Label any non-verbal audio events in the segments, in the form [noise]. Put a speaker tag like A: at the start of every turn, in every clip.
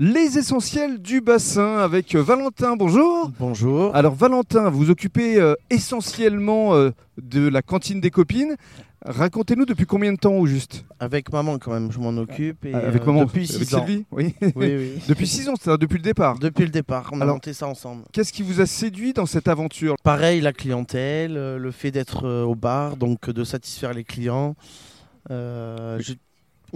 A: Les essentiels du bassin avec euh, Valentin, bonjour.
B: Bonjour.
A: Alors Valentin, vous occupez euh, essentiellement euh, de la cantine des copines. Racontez-nous depuis combien de temps au juste
B: Avec maman quand même, je m'en occupe. Et,
A: Avec
B: euh,
A: maman,
B: Depuis
A: avec
B: 6 ans.
A: Sylvie, oui. [laughs]
B: Oui, oui.
A: depuis 6 ans, c'est-à-dire depuis le départ.
B: Depuis le départ, on a
A: Alors-
B: monté ça ensemble.
A: Qu'est-ce qui vous a séduit dans cette aventure
B: Pareil, la clientèle, euh, le fait d'être euh, au bar, donc euh, de satisfaire les clients. Euh, j'ai-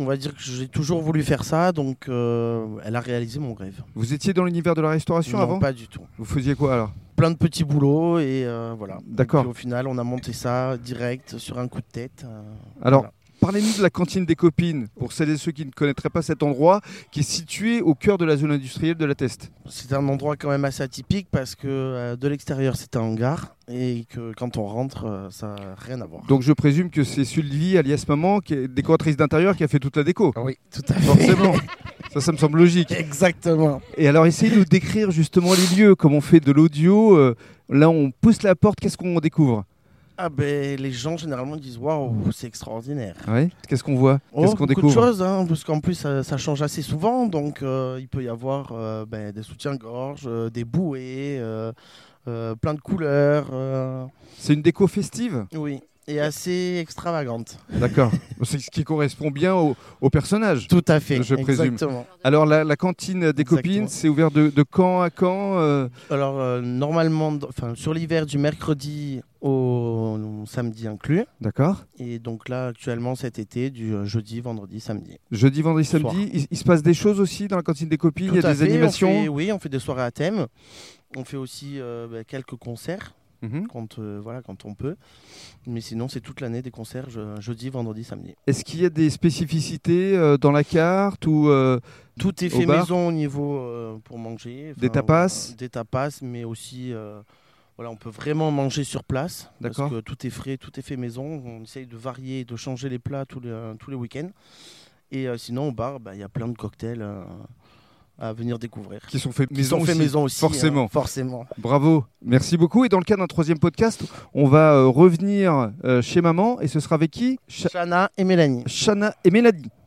B: on va dire que j'ai toujours voulu faire ça, donc euh, elle a réalisé mon rêve.
A: Vous étiez dans l'univers de la restauration
B: non,
A: avant
B: pas du tout.
A: Vous faisiez quoi alors
B: Plein de petits boulots et euh, voilà.
A: D'accord.
B: Et puis Au final, on a monté ça direct sur un coup de tête. euh,
A: Alors,
B: Voilà.
A: parlez-nous de la cantine des copines, pour celles et ceux qui ne connaîtraient pas cet endroit, qui est situé au cœur de la zone industrielle de la Teste.
B: C'est un endroit quand même assez atypique parce que euh, de l'extérieur c'est un hangar et que quand on rentre euh, ça n'a rien à voir.
A: Donc, je présume que c'est Sylvie, alias maman, qui est décoratrice d'intérieur, qui a fait toute la déco.
B: Ah oui, tout [laughs] à
A: Forcément. Ça, ça me semble logique.
B: Exactement.
A: Et alors, essayez de nous décrire justement les lieux, comme on fait de l'audio. euh, là, on pousse la porte, qu'est-ce qu'on découvre
B: Ah ben les gens généralement disent waouh c'est extraordinaire.
A: Ouais. Qu'est-ce qu'on voit
B: Oh,
A: Qu'est-ce qu'on
B: beaucoup
A: découvre
B: de choses hein, parce qu'en plus ça, ça change assez souvent donc euh, il peut y avoir euh, ben, des soutiens-gorge, euh, des bouées, euh, euh, plein de couleurs. euh,
A: C'est une déco festive
B: oui. Et assez extravagante. [laughs]
A: D'accord. C'est ce qui correspond bien au, au personnage.
B: Tout à fait.
A: Je présume.
B: Exactement.
A: Alors, la, la cantine des
B: Exactement.
A: copines, c'est ouvert de, de quand à quand euh,
B: Alors, euh, normalement, d- enfin, sur l'hiver du mercredi au samedi inclus.
A: D'accord.
B: Et donc là, actuellement, cet été, du euh, jeudi, vendredi, samedi.
A: Jeudi, vendredi,
B: Soir.
A: samedi, il, il se passe des choses aussi dans la cantine des copines. il y
B: Tout
A: a
B: à
A: des
B: fait, on
A: animations.
B: fait- Oui, on fait des soirées à thème. On fait aussi euh, bah, quelques concerts
A: Mhm.
B: quand, euh, voilà, quand on peut. Mais sinon, c'est toute l'année des concerts je- jeudi, vendredi, samedi.
A: Est-ce qu'il y a des spécificités euh, dans la carte ou euh,
B: Tout est
A: Au
B: fait
A: bar
B: maison au niveau euh, pour manger.
A: Des
B: Enfin,
A: tapas
B: voilà, Des tapas, mais aussi. euh, voilà, on peut vraiment manger sur place parce
A: D'accord.
B: que tout est frais, tout est fait maison. On essaye de varier, de changer les plats tous les, euh, tous les week-ends. Et euh, sinon, au bar, bah, il y a plein de cocktails euh, à venir découvrir.
A: qui sont faits
B: Ils
A: maison
B: ont fait
A: aussi
B: maison aussi.
A: forcément.
B: hein, forcément.
A: Bravo, merci beaucoup. Et dans le cadre d'un troisième podcast, on va euh, revenir euh, chez maman et ce sera avec qui Cha-
B: Chana et Mélanie.
A: Chana et Mélanie.